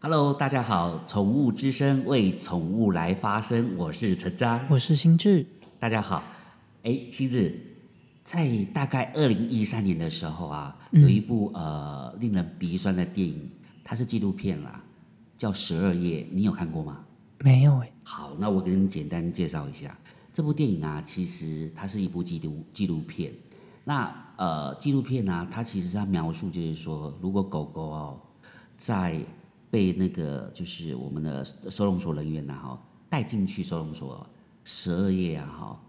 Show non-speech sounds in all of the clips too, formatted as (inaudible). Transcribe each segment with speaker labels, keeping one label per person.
Speaker 1: Hello，大家好，宠物之声为宠物来发声，我是陈章。
Speaker 2: 我是心智，
Speaker 1: 大家好，哎，西子，在大概二零一三年的时候啊，有一部呃令人鼻酸的电影，它是纪录片啦，叫《十二夜》，你有看过吗？
Speaker 2: 没有哎、
Speaker 1: 好，那我给你简单介绍一下这部电影啊，其实它是一部纪录纪录片。那呃，纪录片呢、它其实它描述就是说，如果狗狗哦，在被那个就是我们的收容所人员呐、哈带进去收容所十二夜啊哈、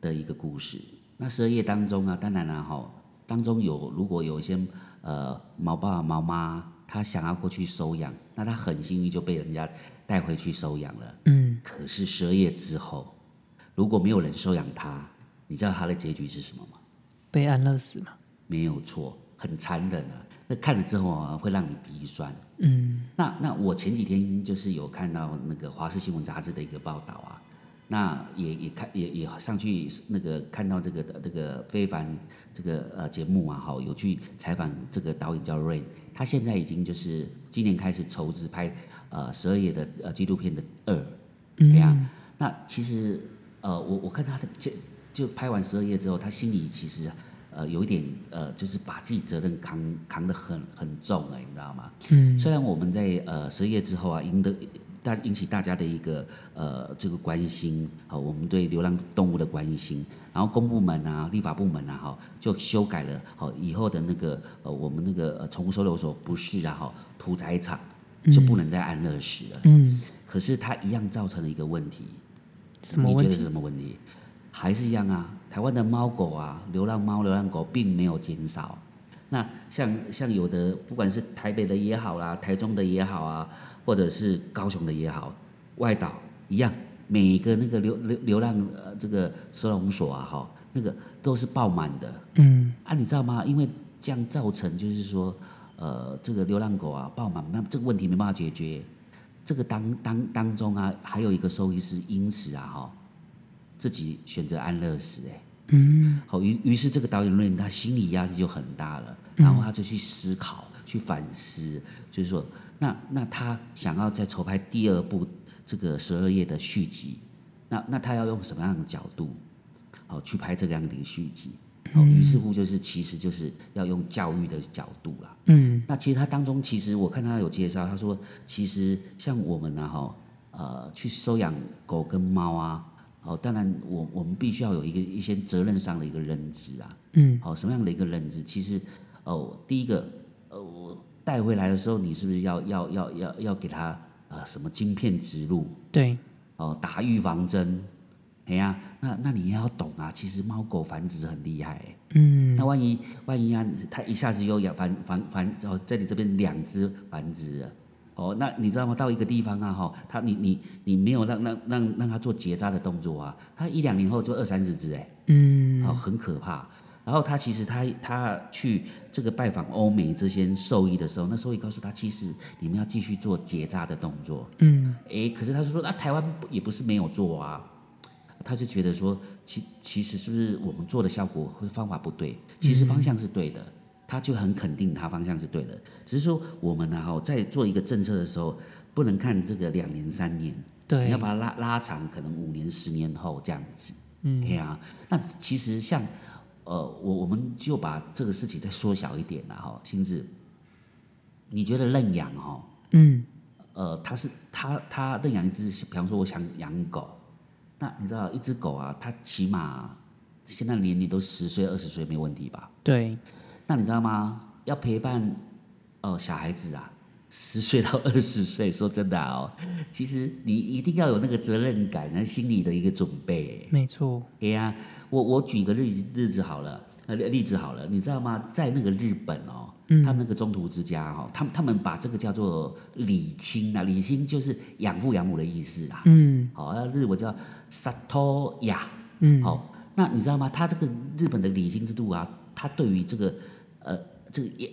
Speaker 1: 的一个故事。那十二夜当中啊，当然啦、哈、当中有如果有一些呃毛爸毛妈他想要过去收养，那他很幸运就被人家带回去收养了。
Speaker 2: 嗯，
Speaker 1: 可是十二夜之后，如果没有人收养它，你知道它的结局是什么吗？
Speaker 2: 被安乐死嘛，
Speaker 1: 没有错，很残忍啊！那看了之后啊，会让你鼻酸。
Speaker 2: 嗯，
Speaker 1: 那那我前几天就是有看到那个华视新闻杂志的一个报道啊，那也也看也也上去那个看到这个这个非凡这个呃节目啊，哈，有去采访这个导演叫 Rain，他现在已经就是今年开始筹资拍呃十二夜的呃纪录片的二，对呀、那其实呃我我看他的就就拍完十二夜之后，他心里其实。呃，有一点呃，就是把自己责任扛扛得很很重哎、你知道吗？虽然我们在呃十月之后啊，赢得大引起大家的一个呃这个关心，好、我们对流浪动物的关心，然后公部门啊、立法部门啊，哈、就修改了，好、以后的那个呃我们那个呃宠物收留所不是啊，哈、屠宰场就不能再安乐死了，
Speaker 2: 嗯，
Speaker 1: 可是它一样造成了一个问题，
Speaker 2: 什么问
Speaker 1: 你觉得
Speaker 2: 题？
Speaker 1: 是什么问题？还是一样啊，台湾的猫狗啊，流浪猫、流浪狗并没有减少。那像像有的，不管是台北的也好啦，台中的也好啊，或者是高雄的也好，外岛一样，每个那个流流流浪呃这个收容所啊，哈，那个都是爆满的。
Speaker 2: 嗯
Speaker 1: 啊，你知道吗？因为这样造成就是说，呃，这个流浪狗啊爆满，那这个问题没办法解决。这个当当当中啊，还有一个兽医师因此啊哈、自己选择安乐死、哎，
Speaker 2: 嗯
Speaker 1: 好，于于是这个导演论他心理压力就很大了，然后他就去思考、去反思，就是说，那那他想要再筹拍第二部这个十二页的续集，那那他要用什么样的角度，好去拍这个样的一个续集？好，哦于是乎就是其实就是要用教育的角度啦。
Speaker 2: 嗯
Speaker 1: 那其实它当中，其实我看他有介绍，他说其实像我们呢，哈，呃，去收养狗跟猫啊，哦，当然我我们必须要有一个一些责任上的一个认知啊，
Speaker 2: 嗯
Speaker 1: 好、什么样的一个认知？其实，哦，第一个，呃，我带回来的时候，你是不是要要要要要给它呃什么晶片植入？
Speaker 2: 对，
Speaker 1: 哦，打预防针，哎呀、那那你也要懂啊，其实猫狗繁殖很厉害、欸。
Speaker 2: 嗯
Speaker 1: 那万一万一啊，它一下子又养繁繁繁哦，在你这边两只繁殖了哦，那你知道吗？到一个地方啊，哈、它你你你没有让让让让它做结扎的动作啊，它一两年后就二三十只哎、
Speaker 2: 嗯
Speaker 1: 哦，很可怕。然后他其实他他去这个拜访欧美这些兽医的时候，那兽医告诉他，其实你们要继续做结扎的动作。
Speaker 2: 嗯
Speaker 1: 诶，可是他就说啊，台湾不也不是没有做啊，他就觉得说，其其实是不是我们做的效果或者方法不对，其实方向是对的，他就很肯定他方向是对的，只是说我们呢、哈，在做一个政策的时候，不能看这个两年三年，你
Speaker 2: 对
Speaker 1: 要，把它拉拉长，可能五年、十年后这样子。嗯，对啊。那其实像呃，我我们就把这个事情再缩小一点了哈、心智，你觉得认养哈、
Speaker 2: 嗯
Speaker 1: 呃，他是他他认养一只，比方说我想养狗，那你知道一只狗啊，它起码现在年龄都十岁、二十岁没问题吧？
Speaker 2: 对，
Speaker 1: 那你知道吗？要陪伴呃小孩子啊，十岁到二十岁，说真的啊哦，其实你一定要有那个责任感，然后心理的一个准备。
Speaker 2: 没错，
Speaker 1: 哎呀，我我举个例日子好了，呃例子好了，你知道吗？在那个日本哦，他们那个中途之家哦，他们他们把这个叫做礼亲啊，礼亲就是养父养母的意思啊。
Speaker 2: 嗯
Speaker 1: 好、那日文叫 Satoya。
Speaker 2: 嗯
Speaker 1: 好、那你知道吗？他这个日本的礼金制度啊，他对于这个呃这个也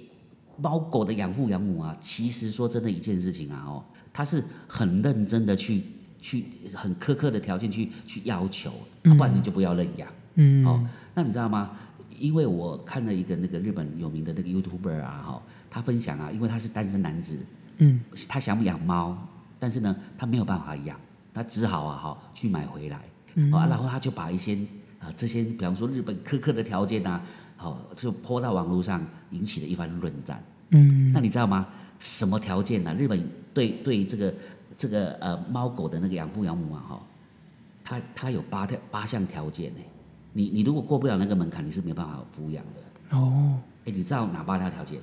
Speaker 1: 猫狗的养父养母啊，其实说真的一件事情啊，哦，他是很认真的去去很苛刻的条件去去要求，啊不然你就不要认养。
Speaker 2: 嗯
Speaker 1: 哦，那你知道吗？因为哦我看了一个那个日本有名的那个 YouTuber 啊，哈、他分享啊，因为他是单身男子，
Speaker 2: 嗯，
Speaker 1: 他想养猫，但是呢，他没有办法养，他只好啊哈去买回来，
Speaker 2: 嗯
Speaker 1: 哦，啊然后他就把一些呃这些，比方说日本苛刻的条件啊，好、就泼到网络上，引起了一番论战。
Speaker 2: 嗯
Speaker 1: 那你知道吗？什么条件呢、日本对对这个这个呃猫狗的那个养父养母啊，哈、它它有八条八项条件呢。你你如果过不了那个门槛，你是没办法抚养的。
Speaker 2: 哦，
Speaker 1: 哎，你知道哪八条条件？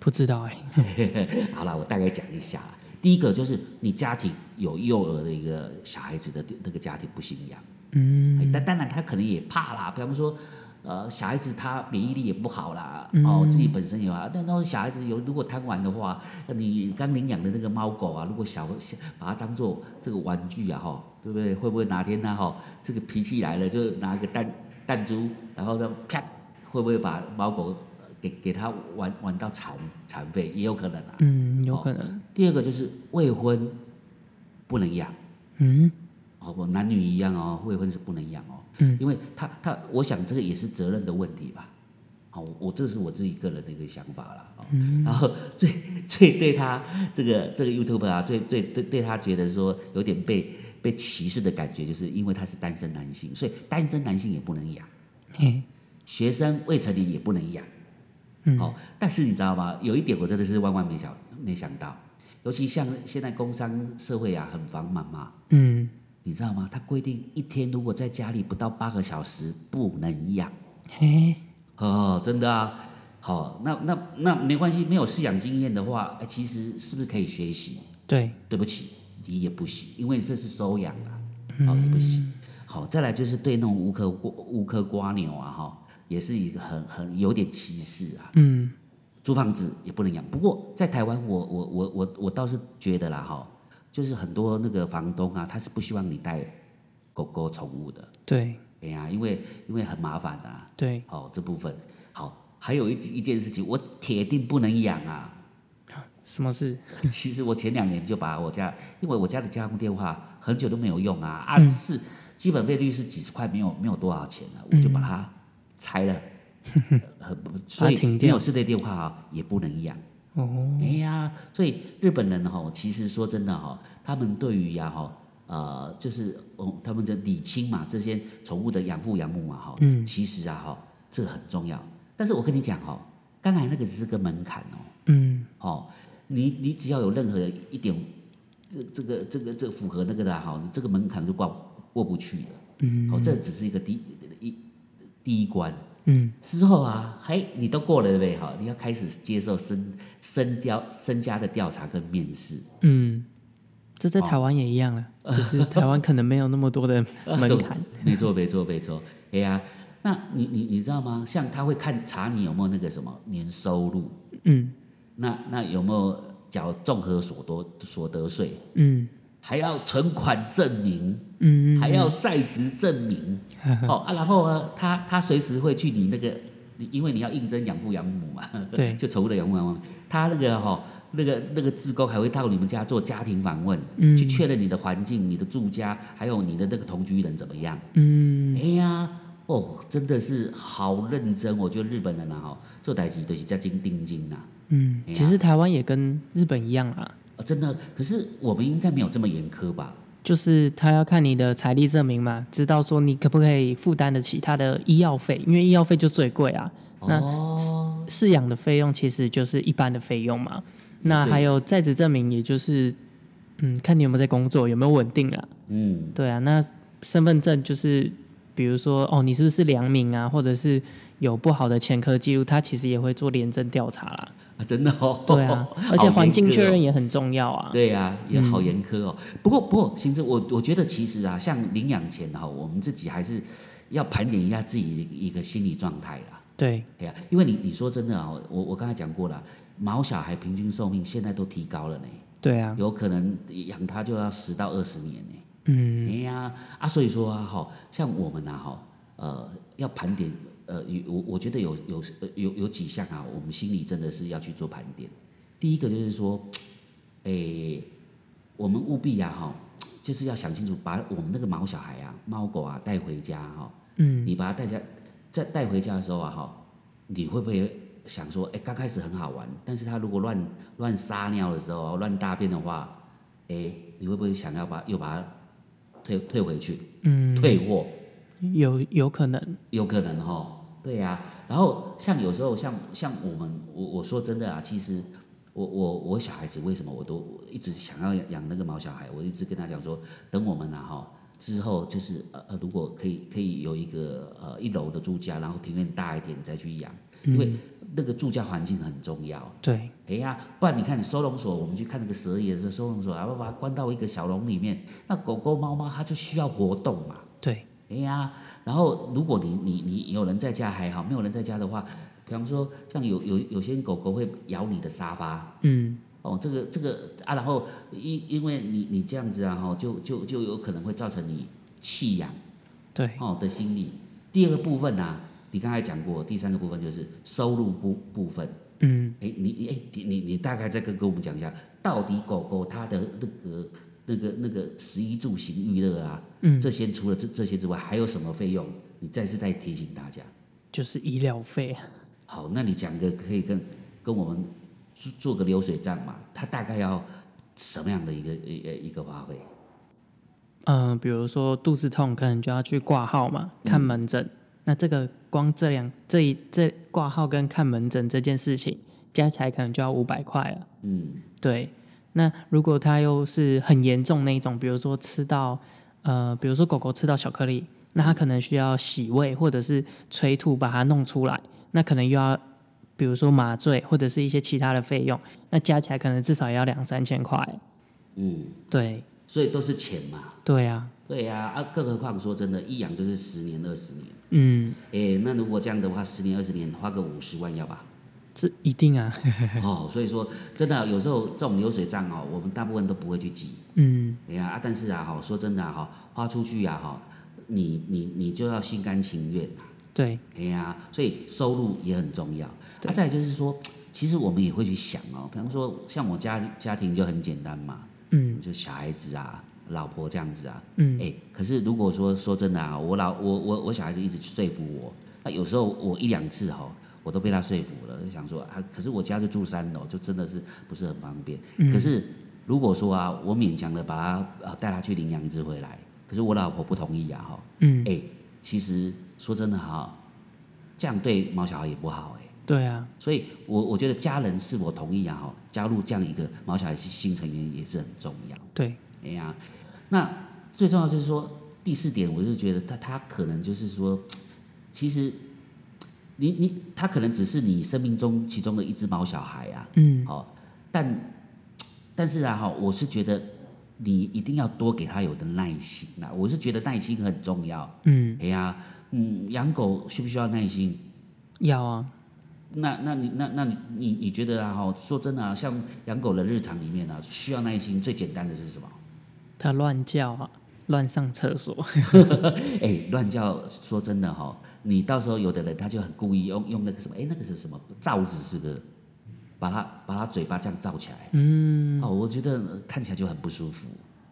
Speaker 2: 不知道哎、
Speaker 1: (laughs) 好了，我大概讲一下啊。第一个就是你家庭有幼儿的一个小孩子的那个家庭不行养，
Speaker 2: 嗯
Speaker 1: 哎但当然他可能也怕啦，比方说，呃，小孩子他免疫力也不好啦，哦，自己本身有啊，但那小孩子有如果贪玩的话，那你刚领养的那个猫狗啊，如果小小把它当做这个玩具啊，哈，对不对？会不会哪天呢、哈，这个脾气来了就拿个弹弹珠，然后呢，啪，会不会把猫狗呃给给它玩玩到残残废？也有可能啊。
Speaker 2: 嗯，有可能，
Speaker 1: 第二个就是未婚不能养。
Speaker 2: 嗯
Speaker 1: 哦，我男女一样哦，未婚是不能养哦，
Speaker 2: 嗯
Speaker 1: 因为他他，我想这个也是责任的问题吧，好、我我这是我自己个人的一个想法啦，哦，然后最最对他这个这个 YouTube 啊，最最对对他觉得说有点被被歧视的感觉，就是因为他是单身男性，所以单身男性也不能养，
Speaker 2: 嘿，
Speaker 1: 学生未成年也不能养，
Speaker 2: 嗯
Speaker 1: 好、但是你知道吗？有一点我真的是万万没想没想到，尤其像现在工商社会啊，很繁忙嘛，
Speaker 2: 嗯
Speaker 1: 你知道吗？他规定一天如果在家里不到八个小时不能养
Speaker 2: 嘿，
Speaker 1: 哦，真的啊。好、那那那没关系，没有饲养经验的话，哎其实是不是可以学习？
Speaker 2: 对，
Speaker 1: 对不起，你也不行，因为这是收养啊，好、也不行。好，再来就是对那种无壳瓜无壳瓜牛啊，哈、也是一个很很有点歧视啊。
Speaker 2: 嗯
Speaker 1: 租房子也不能养。不过在台湾我，我我我我我倒是觉得啦哈，就是很多那个房东啊，他是不希望你带狗狗宠物的，
Speaker 2: 对
Speaker 1: 哎呀、因为因为很麻烦的、啊。
Speaker 2: 对，
Speaker 1: 哦，这部分好，还有一一件事情，我铁定不能养啊。
Speaker 2: 什么事？
Speaker 1: (laughs) 其实我前两年就把我家，因为我家的家用电话很久都没有用啊，啊、
Speaker 2: 嗯
Speaker 1: 是基本费率是几十块，没有没有多少钱啊，我
Speaker 2: 嗯
Speaker 1: 就把它拆了，呃不所以
Speaker 2: 把它停
Speaker 1: 没
Speaker 2: 掉
Speaker 1: 有室内电话啊也不能养。
Speaker 2: 哦，
Speaker 1: 哎呀，所以日本人哈、其实说真的哈、他们对于呀、哈，呃，就是哦，他们的礼亲嘛，这些宠物的养父养母嘛哈、
Speaker 2: 嗯
Speaker 1: 其实啊哈、这个很重要。但是我跟你讲哈、刚才那个只是个门槛哦，
Speaker 2: 嗯
Speaker 1: 哦，你你只要有任何一点，这这个这个这个符合那个的哈、你这个门槛就过过不去了。
Speaker 2: 嗯
Speaker 1: 哦，这只是一个第一一第一关。
Speaker 2: 嗯，
Speaker 1: 之后啊，还你都过了对不对？哈，你要开始接受身身调身家的调查跟面试，
Speaker 2: 嗯，这在台湾也一样
Speaker 1: (laughs)
Speaker 2: 了，只是台湾可能没有那么多的门槛。
Speaker 1: 没错，没错，没错。哎呀，那你你你知道吗？像他会看查你有没有那个什么年收入，
Speaker 2: 嗯
Speaker 1: 那那有没有缴综合所得所得税，
Speaker 2: 嗯
Speaker 1: 还要存款证明，
Speaker 2: 嗯， (laughs)
Speaker 1: 还要在职证明。哦啊，然后呢，他他随时会去你那个，你因为你要应征养父养母嘛，
Speaker 2: (laughs) 对
Speaker 1: 就宠物的养父养母，他那个哈、那个那个志工还会到你们家做家庭访问，
Speaker 2: 嗯
Speaker 1: 去确认你的环境、你的住家，还有你的那个同居人怎么样。
Speaker 2: 嗯
Speaker 1: 哎呀，哦，真的是好认真，我觉得日本人啊，哈，做代志都是在精定金呐、
Speaker 2: 嗯，
Speaker 1: 哎呀
Speaker 2: 其实台湾也跟日本一样啊啦，
Speaker 1: 哦真的。可是我们应该没有这么严苛吧？
Speaker 2: 就是他要看你的财力证明嘛，知道说你可不可以负担得起他的医药费，因为医药费就最贵啊。那
Speaker 1: 哦，
Speaker 2: 饲养的费用其实就是一般的费用嘛。那还有在职证明，也就是嗯，看你有没有在工作，有没有稳定啊。
Speaker 1: 嗯，
Speaker 2: 对啊，那身份证就是比如说哦，你是不是良民啊，或者是有不好的前科记录，他其实也会做廉政调查啦。
Speaker 1: 啊真的哦。，
Speaker 2: 对啊而且环境
Speaker 1: (laughs) 好严格哦
Speaker 2: 确认也很重要啊。
Speaker 1: 对呀、也好严苛哦。不过，不过，行政我我觉得其实啊，像领养前哈、我们自己还是要盘点一下自己的一个心理状态啦。
Speaker 2: 对，
Speaker 1: 哎呀、因为你你说真的啊、我我刚才讲过了，毛小孩平均寿命现在都提高了呢，
Speaker 2: 对啊，
Speaker 1: 有可能养它就要十到二十年呢。
Speaker 2: 嗯
Speaker 1: 哎呀啊所以说啊，哈，像我们呐、啊，哈，呃，要盘点，呃，有我我觉得有有呃有有几项啊，我们心里真的是要去做盘点。第一个就是说，哎，我们务必呀、哈，就是要想清楚，把我们那个毛小孩啊、猫狗啊带回家哈、
Speaker 2: 嗯
Speaker 1: 你把它带家再带回家的时候啊，哈，你会不会想说，哎、刚开始很好玩，但是他如果乱乱撒尿的时候啊，乱大便的话，哎、你会不会想要把又把它退退回去？嗯，退货
Speaker 2: 有有可能，
Speaker 1: 有可能哈，对呀、然后像有时候像像我们，我我说真的啊，其实我我我小孩子为什么我都我一直想要养养那个毛小孩，我一直跟他讲说，等我们啊哈之后就是呃呃，如果可以可以有一个呃一楼的住家，然后庭院大一点再去养，因为那个住家环境很重要。
Speaker 2: 对，
Speaker 1: 哎呀、不然你看你收容所，我们去看那个蛇也是收容所，然后把它关到一个小笼里面，那狗狗猫猫它就需要活动嘛。
Speaker 2: 对，
Speaker 1: 哎呀，然后如果你你你有人在家还好，没有人在家的话，比方说像有有有些狗狗会咬你的沙发
Speaker 2: 嗯，
Speaker 1: 哦，这个这个啊，然后因因为你你这样子啊哈，就就就有可能会造成你弃养
Speaker 2: 对，
Speaker 1: 哦的心理。第二个部分啊，你刚才讲过，第三个部分就是收入部部分。
Speaker 2: 嗯，
Speaker 1: 哎，你你哎你你你大概再跟跟我们讲一下，到底狗狗它的那个那个那个食衣住行娱乐啊，
Speaker 2: 嗯
Speaker 1: 这些除了这这些之外，还有什么费用？你再次再提醒大家。
Speaker 2: 就是医疗费，
Speaker 1: 好，那你讲个可以跟跟我们做做个流水账嘛？它大概要什么样的一个一个一个花费？
Speaker 2: 嗯、比如说肚子痛，可能就要去挂号嘛，看门诊。那这个光这两这一这挂号跟看门诊这件事情加起来，可能就要五百块了。
Speaker 1: 嗯，
Speaker 2: 对，那如果它又是很严重那一种，比如说吃到呃，比如说狗狗吃到巧克力，那它可能需要洗胃或者是催吐把它弄出来，那可能又要比如说麻醉或者是一些其他的费用，那加起来可能至少也要两三千块。
Speaker 1: 嗯，
Speaker 2: 对，
Speaker 1: 所以都是钱嘛。
Speaker 2: 对啊，
Speaker 1: 对呀、啊，更何况说真的，一养就是十年二十年。
Speaker 2: 嗯，
Speaker 1: 哎，那如果这样的话，十年二十年花个五十万要吧？
Speaker 2: 这一定啊， (laughs)
Speaker 1: 哦，所以说真的有时候这种流水账哦，我们大部分都不会去记。
Speaker 2: 嗯，
Speaker 1: 哎呀、啊，但是啊哈，说真的啊哈，花出去啊哈，你你你就要心甘情愿啊。
Speaker 2: 对，
Speaker 1: 哎呀、所以收入也很重要。
Speaker 2: 对
Speaker 1: 啊，再来就是说，其实我们也会去想哦，比方说像我家家庭就很简单嘛，
Speaker 2: 嗯
Speaker 1: 就小孩子啊、老婆这样子啊。
Speaker 2: 嗯，
Speaker 1: 哎、可是如果说说真的啊，我老我我我小孩子一直说服我，那有时候我一两次哈，我都被他说服了，就想说啊，可是我家就住三楼，就真的是不是很方便。可是如果说啊，我勉强的把他呃带他去领养一只回来，可是我老婆不同意啊哈。
Speaker 2: 嗯，
Speaker 1: 哎、其实说真的哈，这样对毛小孩也不好哎、
Speaker 2: 对啊，
Speaker 1: 所以我我觉得家人是否同意啊哈，加入这样一个毛小孩新成员也是很重要。
Speaker 2: 对，
Speaker 1: 哎呀，那最重要就是说第四点，我就觉得他他可能就是说，其实你你他可能只是你生命中其中的一只毛小孩啊，
Speaker 2: 嗯，
Speaker 1: 好、但但是啊哈，我是觉得你一定要多给他有的耐心啊，我是觉得耐心很重要。
Speaker 2: 嗯，
Speaker 1: 哎呀，嗯，养狗需不需要耐心？
Speaker 2: 要啊，
Speaker 1: 那那你那那你你你觉得啊哈，说真的啊，像养狗的日常里面啊，需要耐心最简单的是什么？
Speaker 2: 它乱叫啊，乱上厕所，
Speaker 1: (laughs) 哎，乱叫，说真的哈、你到时候有的人他就很故意用用那个什么，哎，那个是什么罩子是不是？把他把他嘴巴这样罩起来，嗯，哦，我觉得呃看起来就很不舒服，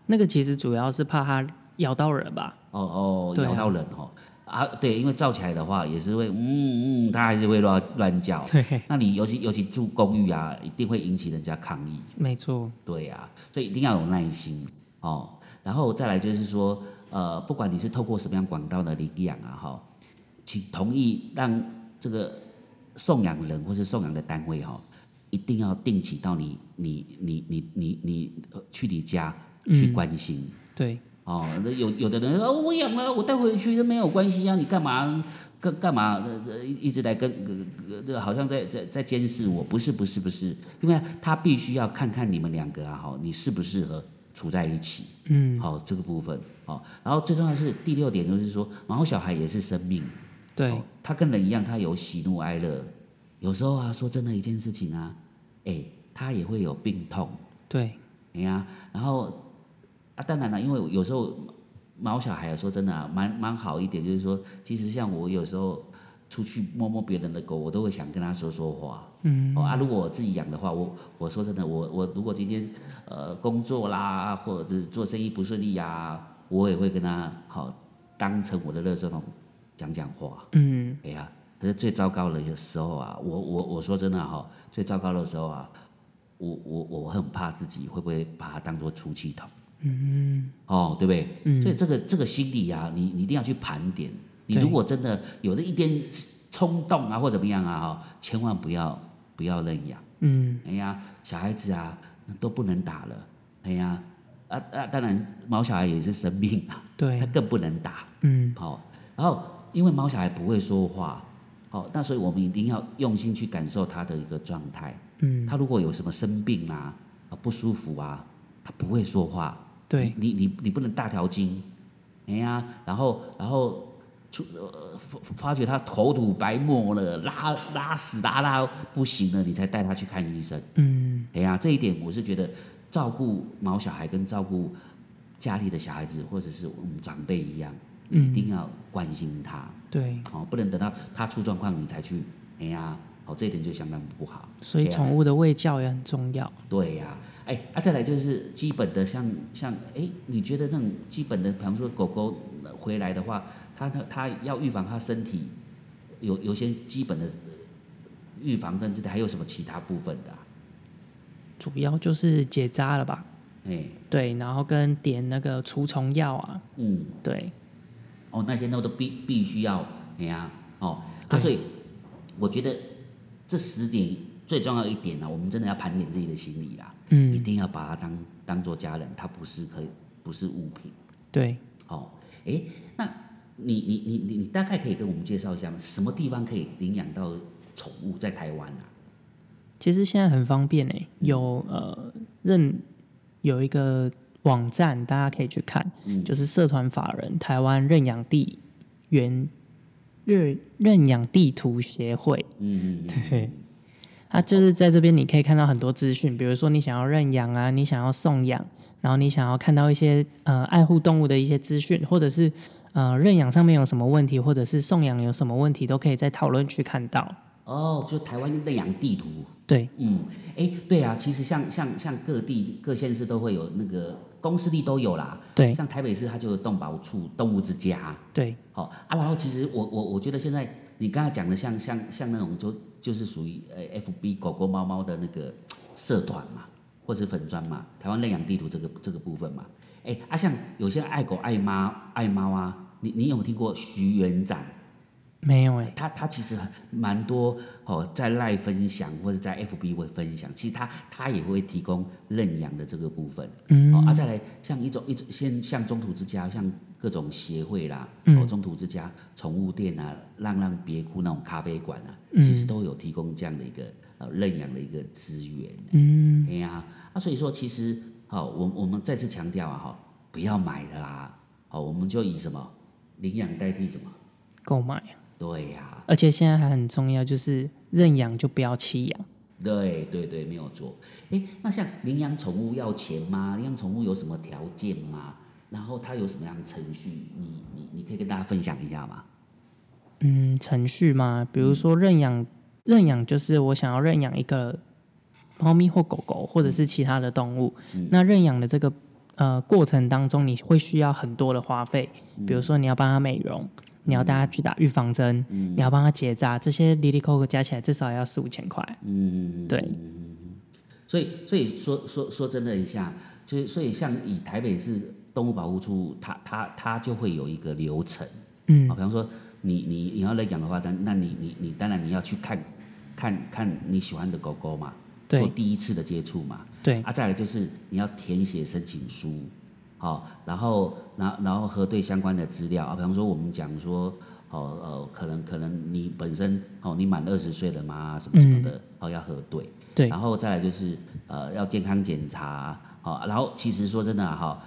Speaker 2: 那个其实主要是怕它咬到人吧？
Speaker 1: 哦哦，
Speaker 2: 对啊
Speaker 1: 咬到人哦，啊，对，因为罩起来的话也是会，嗯嗯，他还是会乱乱叫，
Speaker 2: 对，
Speaker 1: 那你尤其尤其住公寓啊，一定会引起人家抗议，
Speaker 2: 没错，
Speaker 1: 对呀、所以一定要有耐心哦。然后再来就是说，呃，不管你是透过什么样管道的领养啊，哈、请同意让这个送养人或是送养的单位哈、一定要定期到你你你你你你呃去你家去关心。
Speaker 2: 对，
Speaker 1: 哦，那有有的人说、哦、我养了，我带回去那没有关系啊，你干嘛干干嘛呃呃一直在跟呃呃好像在在在监视我？不是不是不是，因为他必须要看看你们两个啊，好，你适不适合处在一起，
Speaker 2: 嗯，
Speaker 1: 好、这个部分，好、然后最重要的是第六点就是说，毛小孩也是生命，
Speaker 2: 对
Speaker 1: 哦，他跟人一样，他有喜怒哀乐，有时候啊，说真的一件事情啊，哎，他也会有病痛，
Speaker 2: 对，
Speaker 1: 哎呀、然后啊，当然了，因为有时候毛小孩说真的、啊、蛮蛮好一点，就是说，其实像我有时候出去摸摸别人的狗，我都会想跟他说说话。嗯，哦啊，如果我自己养的话，我我说真的，我我如果今天呃工作啦，或者是做生意不顺利呀、我也会跟他好、当成我的垃圾桶讲讲话。
Speaker 2: 嗯，
Speaker 1: 哎呀、可是最糟糕的时候啊，我我我说真的啊哈、最糟糕的时候啊，我我我很怕自己会不会把它当做出气筒，嗯，哦，对不对？嗯，所以这个这个心理啊，你你一定要去盘点。你
Speaker 2: 对
Speaker 1: 如果真的有了一点冲动啊，或怎么样啊，哈，千万不要不要认养。
Speaker 2: 嗯，
Speaker 1: 哎呀，小孩子啊都不能打了，哎呀，啊啊，当然毛小孩也是生病啊，他
Speaker 2: 对，
Speaker 1: 更不能打。
Speaker 2: 嗯，
Speaker 1: 好、然后因为毛小孩不会说话，好、那所以我们一定要用心去感受他的一个状态。
Speaker 2: 嗯，
Speaker 1: 他如果有什么生病啊、啊不舒服啊，他不会说话，
Speaker 2: 对，
Speaker 1: 你你你你不能大条筋，哎呀，然后然后出呃发发觉他口吐白沫了，拉拉屎拉拉不行了，你才带他去看医生。
Speaker 2: 嗯，
Speaker 1: 哎呀，这一点我是觉得照顾毛小孩跟照顾家里的小孩子或者是我们长辈一样，你
Speaker 2: 嗯
Speaker 1: 一定要关心他，
Speaker 2: 对，
Speaker 1: 哦，不能等到他出状况你才去，哎呀，哦，这一点就相当不好。
Speaker 2: 所以
Speaker 1: 对啊
Speaker 2: 宠物的喂教也很重要。
Speaker 1: 对呀、哎，啊，再来就是基本的像，像哎，你觉得那种基本的，比方说狗狗呃回来的话，它它它要预防它身体有有些基本的呃预防针之类，还有什么其他部分的、啊？
Speaker 2: 主要就是结扎了吧？
Speaker 1: 哎，
Speaker 2: 对，然后跟点那个除虫药啊，
Speaker 1: 嗯，
Speaker 2: 对，
Speaker 1: 哦，那些那都必必须要，哎呀、哦，啊，
Speaker 2: 对
Speaker 1: 所以我觉得这十点最重要一点啊呢、我们真的要盘点自己的心理啦，一
Speaker 2: 嗯，
Speaker 1: 定要把它当当做家人，它不是可以不是物品。
Speaker 2: 对，
Speaker 1: 哦，哎，那你你你你你大概可以跟我们介绍一下吗？什么地方可以领养到宠物在台湾啊？
Speaker 2: 其实现在很方便诶，有呃认有一个网站，大家可以去看，
Speaker 1: 嗯
Speaker 2: 就是社团法人台湾认养地原认认养地图协会，
Speaker 1: 嗯嗯嗯，
Speaker 2: 对，它就是在这边你可以看到很多资讯，比如说你想要认养啊，你想要送养，然后你想要看到一些呃爱护动物的一些资讯，或者是呃认养上面有什么问题，或者是送养有什么问题，都可以在讨论区看到。
Speaker 1: 哦，就台湾认养地图。
Speaker 2: 对，
Speaker 1: 嗯，哎，对啊，其实像像像各地各县市都会有那个公司地都有啦，
Speaker 2: 对，
Speaker 1: 像台北市它就有动保处、动物之家，
Speaker 2: 对，
Speaker 1: 好、哦、啊。然后其实我我我觉得现在你刚才讲的像像像那种就就是属于呃 FB 狗狗猫猫的那个社团嘛，或者是粉砖嘛，台湾认养地图这个这个部分嘛，哎啊像有些爱狗爱猫爱猫啊，你你有听过徐园长？
Speaker 2: 没有欸诶，
Speaker 1: 他他其实蛮多哦，在赖分享或者在 FB 会分享，其实他他也会提供认养的这个部分。
Speaker 2: 嗯
Speaker 1: 哦，啊，再来像一种一种先像中途之家，像各种协会啦，
Speaker 2: 嗯
Speaker 1: 哦，中途之家、宠物店啊、浪浪别哭那种咖啡馆啊，
Speaker 2: 嗯
Speaker 1: 其实都有提供这样的一个呃认养的一个资源。
Speaker 2: 嗯，
Speaker 1: 哎呀、啊，所以说其实好、哦，我我们再次强调啊，哈、不要买了啦，好、我们就以什么领养代替什么，
Speaker 2: 购买，
Speaker 1: 对呀、
Speaker 2: 而且现在还很重要，就是认养就不要弃养。
Speaker 1: 对对对，没有错。哎，那像领养宠物要钱吗？领养宠物有什么条件吗？然后它有什么样的程序？你你你可以跟大家分享一下吗？
Speaker 2: 嗯，程序嘛，比如说认养，认养就是我想要认养一个猫咪或狗狗，或者是其他的动物。
Speaker 1: 嗯
Speaker 2: 那认养的这个呃过程当中，你会需要很多的花费，
Speaker 1: 嗯
Speaker 2: 比如说你要帮它美容，你要带它去打预防针，
Speaker 1: 嗯
Speaker 2: 你要帮它结扎，这些里里扣扣加起来至少要四五千块。
Speaker 1: 嗯，
Speaker 2: 对，
Speaker 1: 所以所以说说说真的一下，就是所以像以台北市动物保护处，它它它就会有一个流程。
Speaker 2: 嗯
Speaker 1: 啊，比方说你你你要来养的话，那那你你你当然你要去看看看你喜欢的狗狗嘛，
Speaker 2: 对
Speaker 1: 做第一次的接触嘛，
Speaker 2: 对
Speaker 1: 啊，再来就是你要填写申请书，好、然后然后然后核对相关的资料啊，比方说我们讲说，哦哦，可能可能你本身哦你满二十岁了吗？什么什么的，哦要核对，
Speaker 2: 对
Speaker 1: 然后再来就是呃要健康检查，好、然后其实说真的啊哈、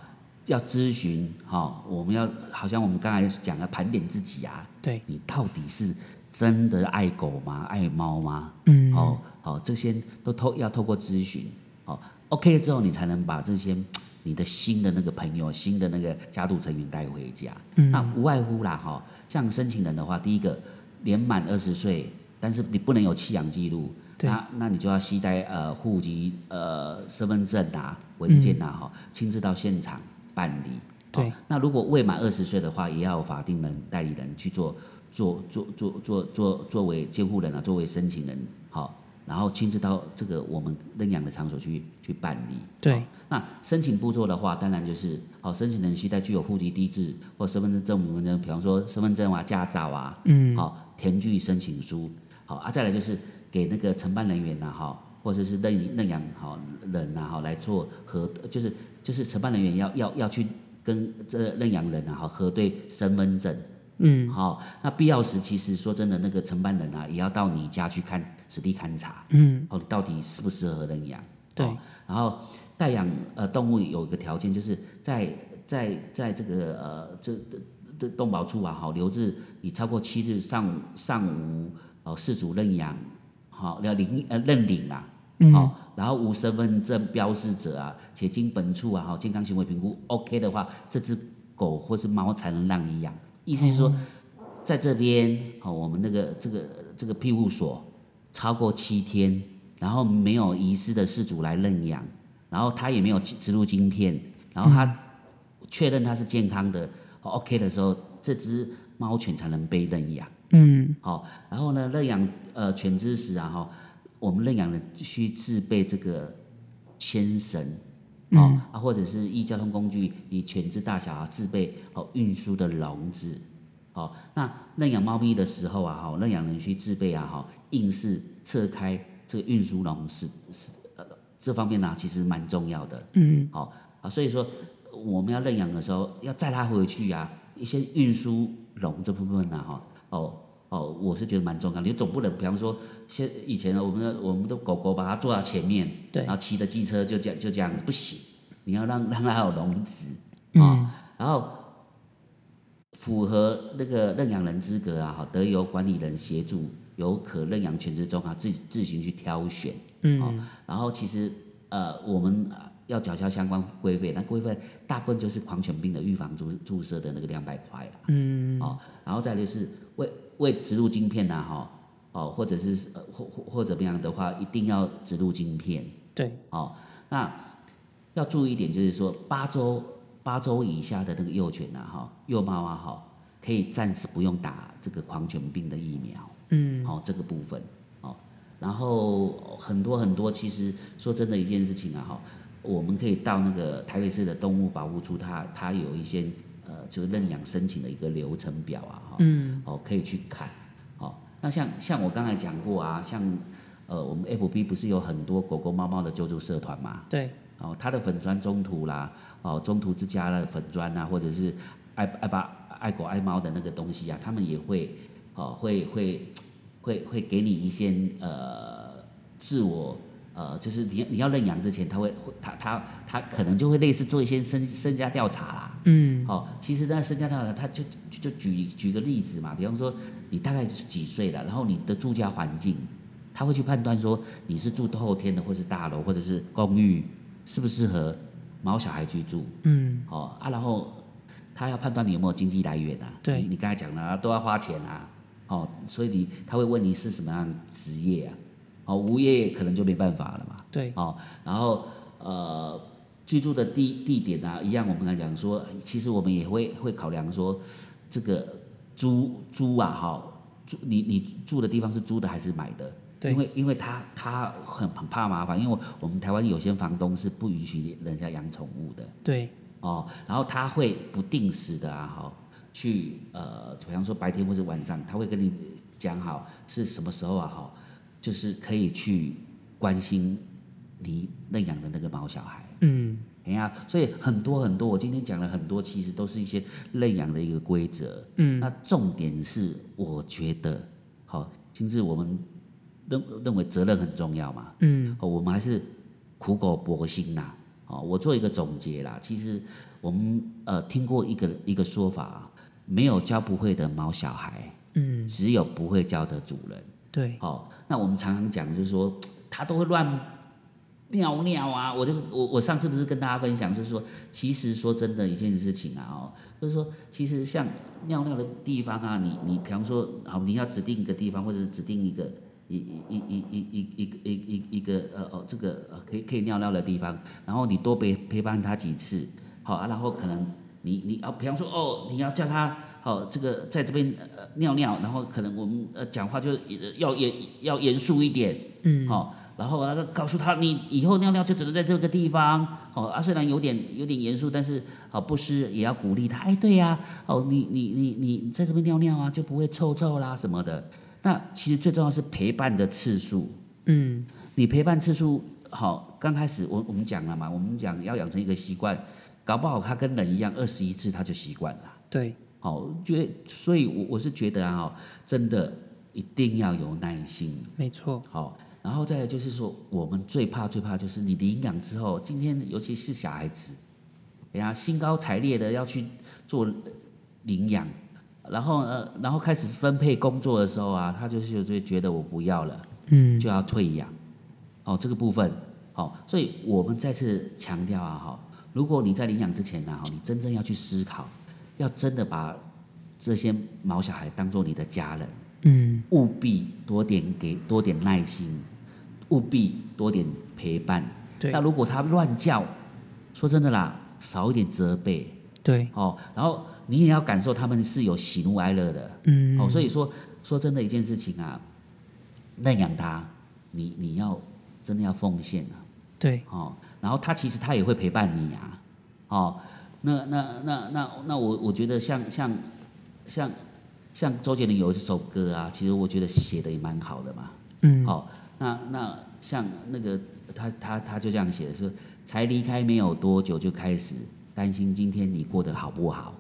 Speaker 1: 要咨询哈、我们要好像我们刚才讲的盘点自己啊，
Speaker 2: 对，
Speaker 1: 你到底是真的爱狗吗？爱猫吗？
Speaker 2: 嗯，
Speaker 1: 哦，好、这些都透要透过咨询，哦，OK 之后，你才能把这些嗯你的新的那个朋友、新的那个家族成员带回家。
Speaker 2: 嗯
Speaker 1: 那无外乎啦，哈、像申请人的话，第一个年满二十岁，但是你不能有弃养记录，
Speaker 2: 对
Speaker 1: 那那你就要携带呃户籍、呃身份证啊、文件啊，哈、亲自到现场办理。
Speaker 2: 对
Speaker 1: 哦那如果未满二十岁的话，也要有法定人代理人去做做做做做做作为监护人啊，作为申请人，好，然后亲自到这个我们认养的场所去去办理。
Speaker 2: 对，
Speaker 1: 那申请步骤的话，当然就是好，申请人携带具有户籍地址或身份证证明文件，比方说身份证啊、驾照啊，
Speaker 2: 嗯，
Speaker 1: 好，填具申请书，好啊，再来就是给那个承办人员呐、哈，或者是认认养好人呐、哈来做核，就是就是承办人员要要要去跟这认养人啊，哈核对身份证，
Speaker 2: 嗯，
Speaker 1: 好、那必要时其实说真的，那个承办人啊也要到你家去看实地勘察，
Speaker 2: 嗯，
Speaker 1: 哦，到底适不适合认养，
Speaker 2: 对
Speaker 1: 哦然后代养呃动物有一个条件，就是在在在这个呃这这动保处啊，好留置你超过七日上上无哦事主认养，好、要领呃认领啊，
Speaker 2: 嗯
Speaker 1: 好、然后无身份证标示者啊，且经本处啊，哈健康行为评估 OK 的话，这只狗或是猫才能让你养。意思是
Speaker 2: 哦
Speaker 1: 说，在这边好、我们那个这个这个庇护所超过七天，然后没有遗失的事主来认养，然后他也没有植入晶片，然后
Speaker 2: 嗯
Speaker 1: 他确认它是健康的、哦 OK 的时候，这只猫犬才能被认养。
Speaker 2: 嗯，
Speaker 1: 好、然后呢，认养呃犬只时啊，哈、我们认养人需自备这个牵绳，哦、啊，或者是依交通工具以犬只大小啊自备哦运输的笼子，哦，那认养猫咪的时候啊，哈、认养人需自备啊，哈、硬是侧开这个运输笼是是呃这方面呢、其实蛮重要的，
Speaker 2: 嗯，
Speaker 1: 好、啊，所以说我们要认养的时候要载它回去啊，一些运输笼这部分啊，哈、哦。哦，我是觉得蛮重要。你总不能，比方说，现以前我们的我们的狗狗把它坐到前面，
Speaker 2: 对
Speaker 1: 然后骑着机车就这样就这样，不行，你要让让它有笼子啊、
Speaker 2: 嗯，
Speaker 1: 然后符合那个认养人资格啊，哈，得由管理人协助，由可认养犬只中啊自自行去挑选。
Speaker 2: 嗯，
Speaker 1: 然后其实呃，我们呃要缴交相关规费，那规费大部分就是狂犬病的预防注注射的那个两百块啦。
Speaker 2: 嗯，
Speaker 1: 哦，然后再就是为为植入晶片呐、哈，哦，或者是呃或或或怎么样的话，一定要植入晶片
Speaker 2: 对，
Speaker 1: 哦。那要注意一点就是说，八周八周以下的那个幼犬呐、哈、幼猫啊，哈、可以暂时不用打这个狂犬病的疫苗。
Speaker 2: 嗯，
Speaker 1: 哦，这个部分哦，然后很多很多，其实说真的一件事情啊，哈、我们可以到那个台北市的动物保护处，它它有一些呃，就是认养申请的一个流程表啊，哈、
Speaker 2: 嗯，
Speaker 1: 哦，可以去看，哦，那像像我刚才讲过啊，像呃，我们 FB 不是有很多狗狗猫猫的救助社团嘛，
Speaker 2: 对，
Speaker 1: 哦，他的粉砖中途啦，哦，中途之家的粉砖啊，或者是爱爱把爱狗爱猫的那个东西啊，他们也会哦，会会会会给你一些呃自我呃，就是你你要认养之前，他会会他他他可能就会类似做一些身身家调查啦。
Speaker 2: 嗯，
Speaker 1: 哦，其实那身家调查，他就就就举举个例子嘛，比方说你大概是几岁了，然后你的住家环境，他会去判断说你是住透天的，或是大楼，或者是公寓，适不适合毛小孩居住。
Speaker 2: 嗯，
Speaker 1: 哦啊，然后他要判断你有没有经济来源啊。
Speaker 2: 对
Speaker 1: 你你刚才讲了、啊，都要花钱啊。哦，所以你他会问你是什么样的职业啊？哦，无业可能就没办法了嘛。
Speaker 2: 对，
Speaker 1: 哦，然后呃，居住的地地点啊，一样我们来讲说，其实我们也会会考量说，这个租租啊，哈、租你你住的地方是租的还是买的？
Speaker 2: 对
Speaker 1: 因为因为他他很很怕麻烦，因为我我们台湾有些房东是不允许人家养宠物的
Speaker 2: 对，
Speaker 1: 哦，然后他会不定时的啊，哈、去呃，比方说白天或者晚上，他会跟你讲好是什么时候啊，哈、就是可以去关心你认养的那个毛小孩。
Speaker 2: 嗯，
Speaker 1: 哎呀，所以很多很多，我今天讲了很多，其实都是一些认养的一个规则。
Speaker 2: 嗯，
Speaker 1: 那重点是，我觉得，好，甚至我们认认为责任很重要嘛。
Speaker 2: 嗯，
Speaker 1: 哦，我们还是苦口婆心啦。哦，我做一个总结啦。其实我们呃听过一个一个说法啊，没有教不会的毛小孩，
Speaker 2: 嗯，
Speaker 1: 只有不会教的主人。
Speaker 2: 对，
Speaker 1: 好、那我们常常讲就是说，他都会乱尿尿啊。我就我我上次不是跟大家分享，就是说，其实说真的一件事情啊，哦，就是说，其实像尿尿的地方啊，你你比方说，好，你要指定一个地方，或者是指定一个。一一一一一一一一一一个呃哦，这个呃可以可以尿尿的地方，然后你多陪陪伴他几次，好、啊，然后可能你你啊，比方说哦，你要叫他好、这个在这边呃尿尿，然后可能我们呃讲话就呃要严要严肃一点，嗯，好、然后啊告诉他你以后尿尿就只能在这个地方，哦啊虽然有点有点严肃，但是好、不失也要鼓励他，哎对呀、哦你你你你你在这边尿尿啊就不会臭臭啦什么的。那其实最重要是陪伴的次数，
Speaker 2: 嗯
Speaker 1: 你陪伴次数好，刚开始我我们讲了嘛，我们讲要养成一个习惯，搞不好他跟人一样，二十一次他就习惯了。
Speaker 2: 对，
Speaker 1: 好，觉所以我，我是觉得啊，真的一定要有耐心。
Speaker 2: 没错，
Speaker 1: 好，然后再来就是说，我们最怕最怕就是你领养之后，今天尤其是小孩子，人家兴高采烈的要去做领养，然后呃，然后开始分配工作的时候啊，他就是就会觉得我不要了。
Speaker 2: 嗯
Speaker 1: 就要退养。哦，这个部分，好、所以我们再次强调啊，哈、如果你在领养之前呢、啊，哈、你真正要去思考，要真的把这些毛小孩当做你的家人，
Speaker 2: 嗯
Speaker 1: 务必多点给多点耐心，务必多点陪伴。
Speaker 2: 对
Speaker 1: 那如果他乱叫，说真的啦，少一点责备，
Speaker 2: 对，
Speaker 1: 哦，然后你也要感受他们是有喜怒哀乐的，
Speaker 2: 嗯
Speaker 1: 哦，所以说说真的一件事情啊，认养他，你你要真的要奉献啊，
Speaker 2: 对
Speaker 1: 哦，然后他其实他也会陪伴你啊，哦，那那那那那我我觉得像像像像周杰伦有一首歌啊，其实我觉得写的也蛮好的嘛，
Speaker 2: 嗯
Speaker 1: 哦，那那像那个他他他就这样写的说，才离开没有多久就开始担心今天你过得好不好。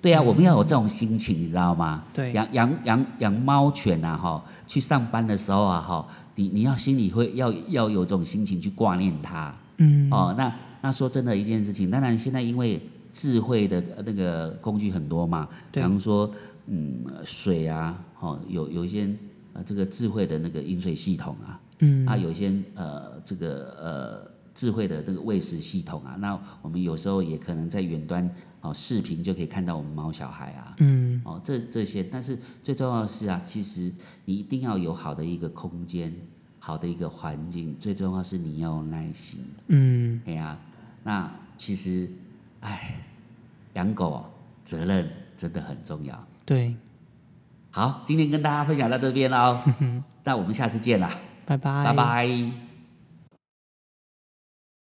Speaker 1: 对啊，我们要有这种心情，你知道吗？
Speaker 2: 嗯对
Speaker 1: 养养养养猫犬啊，哈，去上班的时候啊，哈，你你要心里会要要有这种心情去挂念它。
Speaker 2: 嗯
Speaker 1: 哦，那那说真的一件事情，当然现在因为智慧的呃那个工具很多嘛，比
Speaker 2: 对
Speaker 1: 方说嗯水啊，哦有有一些呃这个智慧的那个饮水系统啊，
Speaker 2: 嗯
Speaker 1: 啊有一些呃这个呃智慧的那个喂食系统啊，那我们有时候也可能在远端哦视频就可以看到我们猫小孩啊。
Speaker 2: 嗯
Speaker 1: 哦，这这些，但是最重要的是啊，其实你一定要有好的一个空间，好的一个环境，最重要是你要有耐心。
Speaker 2: 嗯
Speaker 1: 哎呀、那其实，哎，养狗哦责任真的很重要。
Speaker 2: 对，
Speaker 1: 哦
Speaker 2: 嗯
Speaker 1: 好，今天跟大家分享到这边喽，那我们下次见啦，
Speaker 2: 拜拜
Speaker 1: 拜拜